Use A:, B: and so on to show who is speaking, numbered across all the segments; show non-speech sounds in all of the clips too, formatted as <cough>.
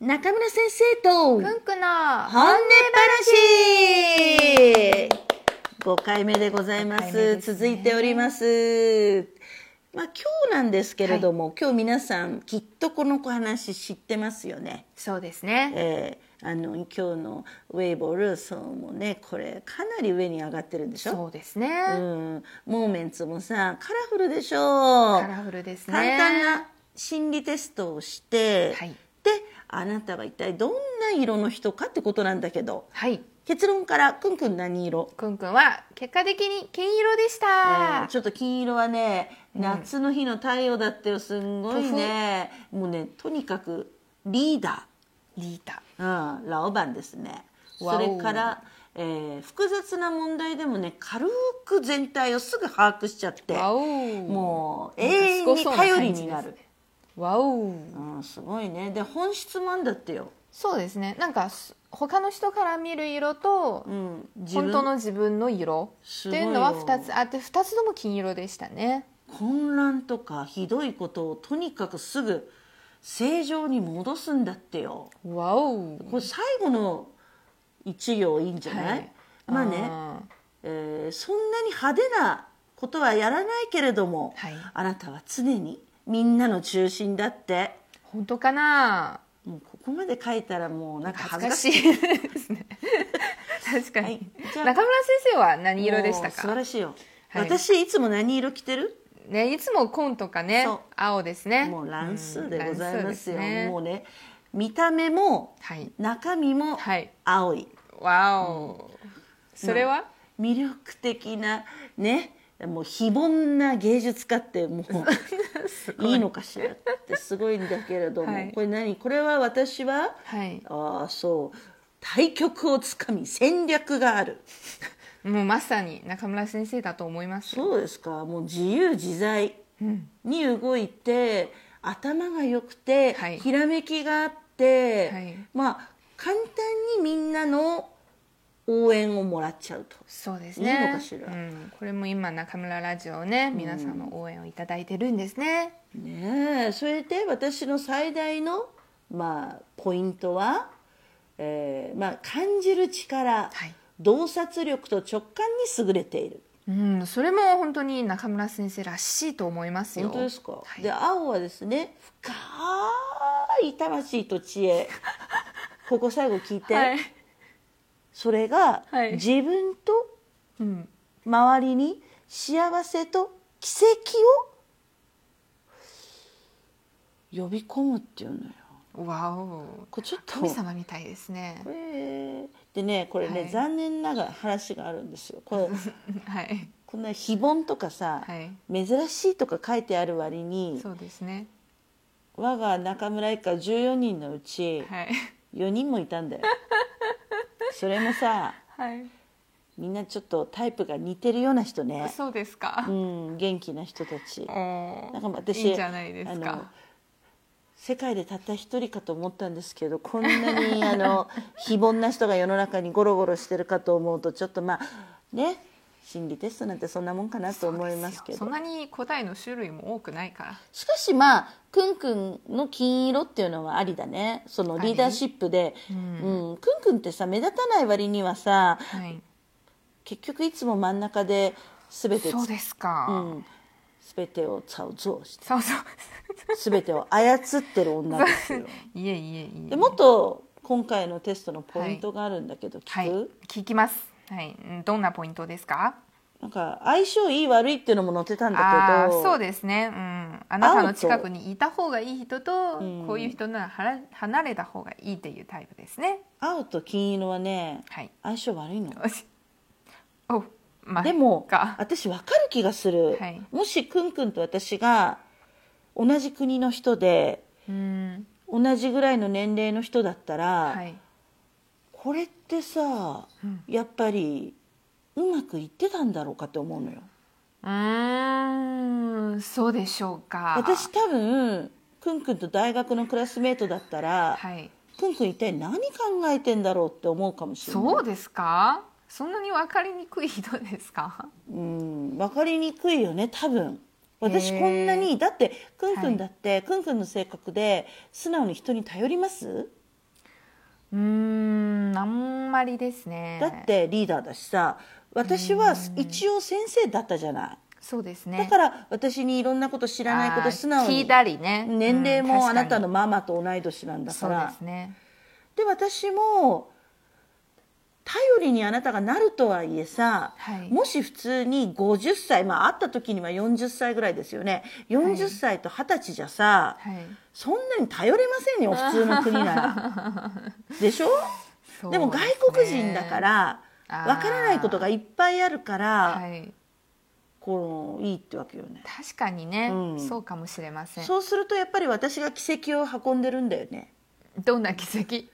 A: 中村先生と、
B: くんくな
A: 本音話5回目でございま
B: 五回
A: す
B: 目ですね
A: 続いておりますまあ今日なんですけれども、今日皆さんきっとこの話知ってますよね、
B: そうですね。
A: えーあの今日のウェイボールソンもねこれかなり上に上がってるんでしょ
B: そうですね。
A: ん、モーメンツもさカラフルでしょ
B: カラフルですね。
A: 簡単な心理テストをして、
B: はい
A: であなたは一体どんな色の人かってことなんだけど
B: はい。
A: 結論からくんくん何色、
B: くんくんは結果的に金色でし
A: え
B: た
A: ー。ちょっと金色はね夏の日の太陽だってよすんごいね、もうねとにかくリーダ
B: リータ。
A: ー、うん、ラオバンですね
B: わ
A: そ
B: お
A: れから、えー複雑な問題でもね軽く全体をすぐ把握しちゃって
B: わお。
A: もう
B: な
A: 永
B: ん
A: 遠
B: かすご
A: に
B: そうな感じ
A: 頼りになる
B: ですね。わお。
A: うん、すごいねで本質もあんだってよ、
B: そうですね。なんかす他の人から見る色と
A: うん、自分
B: 本当の自分の色
A: す
B: っ
A: ご
B: て
A: い
B: い
A: よ
B: うのは二つあって二つとも金色でしたね。
A: 混乱とかひどいことをとにかくすぐ正常に戻すんだってよ
B: わお。
A: これ最後の一行いいんじゃない、
B: はい
A: まあね
B: あ
A: えーそんなに派手なことはやらないけれども、
B: はい
A: あなたは常にみんなの中心だって
B: ー。本当かな。
A: もうここまで書いたらもうなんか恥ず
B: 恥ず
A: かし
B: か
A: い
B: しいで
A: <laughs>
B: すね。確かに、
A: はいじゃあ
B: 中村先生は何色でした
A: もう素晴
B: から
A: しいよ、
B: はい
A: 私いつも何色着てる
B: ねいつも紺とかね
A: そう
B: 青ですね
A: もう乱数でございますよ、
B: うん乱数でね
A: もうね見た目も
B: はい
A: 中身も
B: はい
A: 青い、
B: わお、それは、
A: 魅力的なねもう非凡な芸術家って
B: <laughs>
A: もういいのかしらってすごいんだけれども、
B: はい
A: これ何これは私は
B: はい
A: ああそう対局をつかみ戦略がある
B: もうまさに中村先生だと思います
A: そうですかもう自由自在に動いて、頭が良くて、
B: はい
A: ひらめきがあって、
B: はい
A: まあ簡単にみんなの応援をもらっちゃうと
B: そうです
A: いいの
B: ね
A: かしら
B: うん、これも今中村ラジオね皆さんの応援をいただいてるんですね、
A: ねえそれで私の最大の、まあ、ポイントは、えーまあ、感じる力、
B: はい
A: 洞察力と直感に優れている
B: うん、それも本当に中村先生らしいと思いますよ
A: 本当ですか、
B: はい
A: で青はですね深い魂と知
B: <laughs>
A: 恵ここ最後聞いて、
B: はい、
A: それが、
B: はい
A: 自分と
B: うん、
A: 周りに幸せと奇跡を呼び込むっていうのよ
B: わお
A: これちょっと
B: 神様みたいですね
A: これでねこれね、
B: はい
A: 残念ながら話があるんですよこれ
B: <laughs> <laughs> はい
A: こんな非凡とかさ、
B: はい
A: 珍しいとか書いてある割に
B: そうですね
A: 我が中村一家14人のうち
B: はい
A: 4人もいたん
B: <laughs>
A: だよそれもさ
B: はい
A: みんなちょっとタイプが似てるような人ね、
B: そうですか
A: う、ん、元気な人たち
B: おー
A: なんか私
B: いいんじゃないです
A: あの
B: か
A: 世界でたった一人かと思ったんですけどこんなにあ
B: <laughs>
A: の非凡な人が世の中にゴロゴロしてるかと思うとちょっとまあね心理テストなんてそんなもんかなと思いますけ
B: そ
A: ど
B: んなに答えの種類も多くないから
A: しかしまあくんくんの金色っていうのはありだねそのリーダーシップで、
B: う
A: うん、くんくんってさ目立たない割にはさ
B: はい
A: 結局いつも真ん中で全てつ
B: そうですか、
A: うん、全てを操作して
B: そう <laughs> そう
A: 全てを操ってる女です
B: <laughs>
A: よ。
B: いえいえいえ
A: でもっと今回のテストのポイントがあるんだけど、
B: はい
A: 聞く、
B: 聞きますはいうんどんなポイントですか
A: なんか相性いい悪いっていうのも載ってたんだ
B: ああ
A: け
B: ー
A: ど
B: そうですねうんあなたの近くにいた方がいい人と
A: うん
B: こういう人ならはら離れた方がいいっていうタイプですね
A: 青と金色はね
B: はい
A: 相性悪いの
B: よし <laughs> おまあ
A: でも
B: か
A: 私分かる気がする、
B: はい
A: もしくんくんと私が同じ国の人で
B: うん
A: 同じぐらいの年齢の人だったら、
B: はい
A: これってさ、
B: うん
A: やっぱりうまくいってたんだろうかって思うのよ
B: うーんそうでしょうか
A: 私多分くんくんと大学のクラスメートだったら、
B: はい
A: くんくん一体何考えてんだろうって思うかもしれない
B: そうですかそんなに分かりにくい人で
A: <laughs>
B: すか
A: うん分かりにくいよね多分私
B: へー
A: こんなにだってくんく
B: は
A: ん
B: い
A: だって、くんくんの性格で素直に人に頼ります
B: うーんあんまりですね
A: だってリーダーだしさ私は一応先生だったじゃない、
B: そうですね
A: だから私にいろんなこと知らないこと素直
B: あー聞い
A: に
B: たりね
A: 年齢
B: うん
A: もあ
B: 確か
A: な
B: に
A: たのママと同い年なんだか
B: そう
A: ら、
B: ですね
A: で私も頼りにあなたがなるとはいえさ、
B: はい
A: もし普通に50歳、まあ、会った時には40歳ぐらいですよね40歳と20歳じゃさ、
B: はい
A: そんなに頼れませ
B: <laughs>
A: んよ普通の国ならでしょ
B: そう
A: でも外国人だから
B: あー
A: わからないことがいっぱいあるから、
B: はい
A: このいいってわけよね
B: 確かにね、
A: うん
B: そうかもしれません
A: そうするとやっぱり私が奇跡を運んでるんだよね
B: どんな奇跡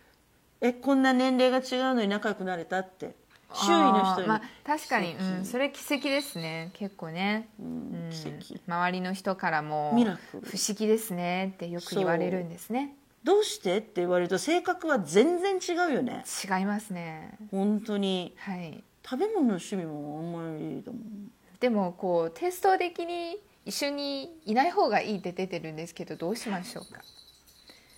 A: えこんな年齢が違うのに仲良くなれたって周囲の人
B: あー
A: に、
B: まあ、確か
A: 奇
B: に、
A: 跡
B: うん、それ奇跡ですね結構ね、
A: う
B: うんん
A: 奇跡、
B: 周りの人からも
A: ミラクル
B: 不思議ですねってよく言われるんですね
A: どうしてって言われると性格は全然違うよね
B: 違いますね
A: 本当に
B: はい
A: 食べ物の趣味もあんまりだもん
B: でもこうテスト的に一緒にいない方がいいって出てるんですけどどうしましょうか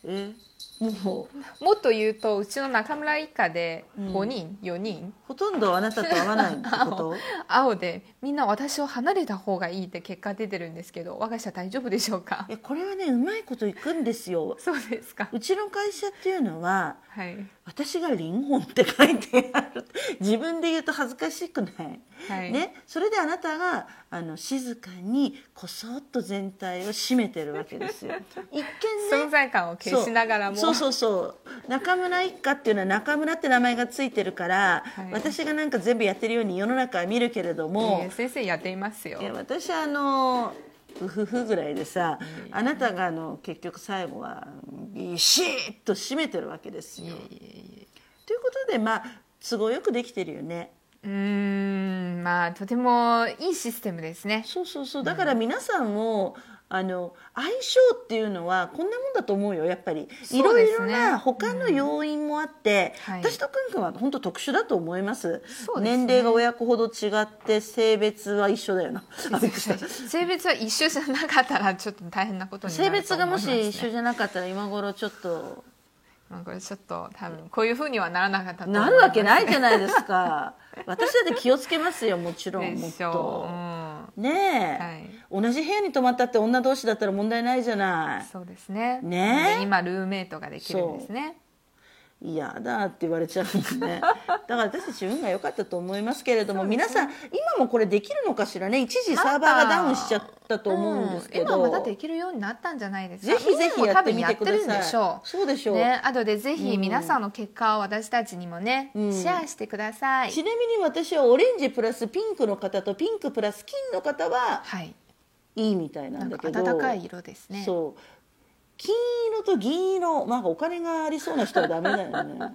A: えもう
B: もっと言うとうちの中村一家で5人、4人
A: ほとんどあなたと合わないってこと
B: <laughs> 青でみんな私を離れた方がいいって結果出てるんですけど我が社大丈夫でしょうか
A: いやこれはねうまいこといくんですよ
B: そうですか
A: うちの会社っていうのは
B: はい、
A: 私が「リンゴン」って書いてある自分で言うと恥ずかしくない、
B: はい、
A: ね、それであなたがあの静かにこそっと全体を締めてるわけですよ一見
B: 存
A: ね
B: 在感を消しながらも
A: そうそうそうそう中村一家っていうのは中村って名前がついてるから、
B: はい
A: 私がなんか全部やってるように世の中は見るけれども
B: いえ、先生やっていますよ
A: いや私はあのうふふぐらいでさあなたがあの結局最後はビシッと締めてるわけですよ。ということでまあ都合よくできてるよね。
B: うーんまあとてもいいシステムですね
A: そうそうそうだから皆さんも、あの相性っていうのはこんなもんだと思うよやっぱり、い
B: そう
A: ろ
B: ですね
A: いろな他の要因もあって、
B: うんはい
A: 私とくんくんは本当特殊だと思います
B: そうですね
A: 年齢が親子ほど違って性別は一緒だよな <laughs> あびっくりした
B: 性別は一緒じゃなかったらちょっと大変なことにな
A: 性
B: ると思います、
A: 別が
B: ね、
A: もし一緒じゃなかったら今頃ちょっと
B: まあこれちょっと多分こういうふうにはならなかったと思いま
A: な
B: す
A: るわけないじゃないです
B: <laughs>
A: か私だって気をつけますよもちろんも
B: で
A: っ
B: しょ
A: と
B: う、うん、は
A: ねえ、同じ部屋に泊まったって女同士だったら問題ないじゃない
B: いそうですね
A: ね
B: で今ルーメイトができるんですね
A: 嫌だって言われちゃうもん
B: <laughs>
A: ねだから私たち運が良かったと思いますけれども、皆さん今もこれできるのかしらね一時サーバーがダウンしちゃったと思うんですけど、
B: 今はまたできるようになったんじゃないですか
A: ぜひぜひ
B: みん
A: や
B: なも多
A: って
B: 分
A: み
B: やって
A: ください
B: るんでしょう
A: そうでしょう、
B: ね、あとでぜひ皆さんの結果を私たちにもね、
A: うん
B: シェアしてください。
A: ちなみに私はオレンジプラスピンクの方とピンクプラス金の方は
B: はい、
A: いいみたいな
B: なんん
A: だ
B: か
A: けど
B: 暖かい色ですね。
A: そう金色と銀色なんかお金がありそうな人はダメだよね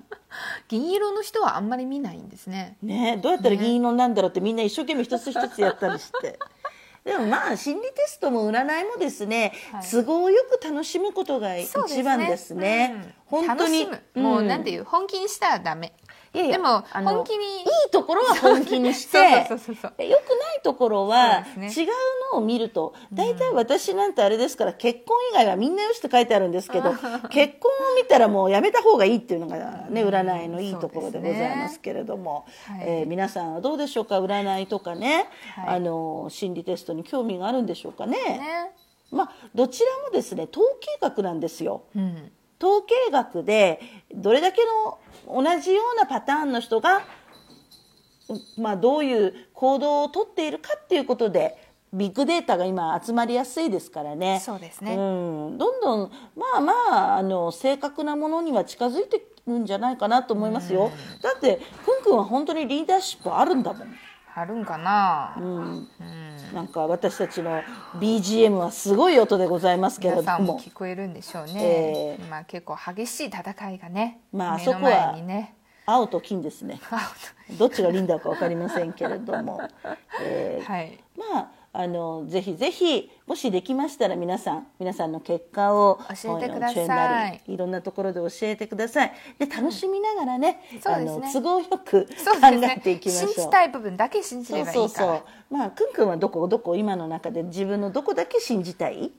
B: 銀色の人はあんまり見ないんですね。
A: ねどうやったら銀色なんだろうってみんな一生懸命一つ一つやったりしてでもまあ心理テストも占いもですね、
B: はい
A: 都合よく楽しむことが一番ですね
B: うん
A: 本当に
B: 楽しむ、もうなんて
A: い
B: いう本気にしたらダメ。
A: やいや
B: でも
A: あの
B: 本気に
A: いいところは本気にして
B: <laughs> そうそうそうそうそう。
A: で良くないところは
B: そうです
A: 違うのを見ると大体、私なんてあれですから結婚以外はみんなよしって書いてあるんですけ
B: <laughs>
A: ど結婚を見たらもうやめた方がいいっていうのがね占いのいいところでございますけれども、
B: そうですねはい
A: えー皆さんはどうでしょうか占いとかね、
B: はい
A: あの心理テストに興味があるんでしょうかね。
B: ね、
A: まあ、どちらもですね統計学なんですよ。
B: うん、
A: 統計学でどれだけの同じようなパターンの人が、うまあ、どういう行動をとっているかっていうことでビッグデータが今集まりやすいですからね。
B: そうです
A: う
B: ね
A: ん、どんどんまあまああの正確なものには近づいてるんじゃないかなと思いますよ。だってくんくんは本当にリーダーシップあるんだもん。
B: あるんかな。
A: うん、
B: うん、
A: なんか私たちの BGM はすごい音でございますけれ
B: 皆さ
A: ど
B: んも
A: も。
B: 聞こえるんでしょうね。
A: え
B: 今結構激しい戦いがね、
A: まあ
B: 目の前にね。
A: 青と金ですね。
B: <laughs> あ
A: どっちがリンダーか分かりませんけれど
B: <laughs>
A: も、えー
B: はい。
A: まああのぜひぜひもしできましたら皆さん皆さんの結果を
B: 教えてくだ
A: 本や
B: さい
A: チェーンなりいろんなところで教えてくださいで楽しみながらね,、
B: そう
A: あ
B: ですね
A: の都合よく考
B: そうですね。
A: えていきましょう。
B: 信じたい部分だけ信じ
A: そ
B: れ
A: う
B: ばいいから。
A: そうそうまあくんくんはどこどこ今の中で自分のどこだけ信じたい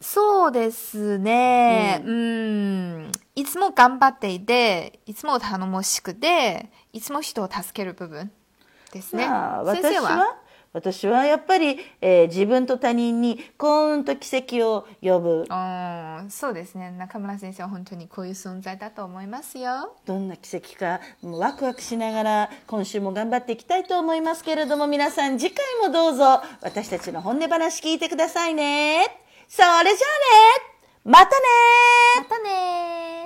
B: そうですね。うん。いいつも頑張っていていつも頼もしくていつも人を助ける部分ですね。
A: まあ、
B: 先
A: 私
B: 生
A: は私はやっぱり、えー自分と他人に幸運と奇跡を呼ぶ
B: はうんそうですね中村先生は本当にこういう存在だと思いますよ。
A: どんな奇跡かもうワクワクしながら今週も頑張っていきたいと思いますけれども皆さん次回もどうぞ私たちの本音話聞いてくださいねそれじゃあねまたね
B: またねー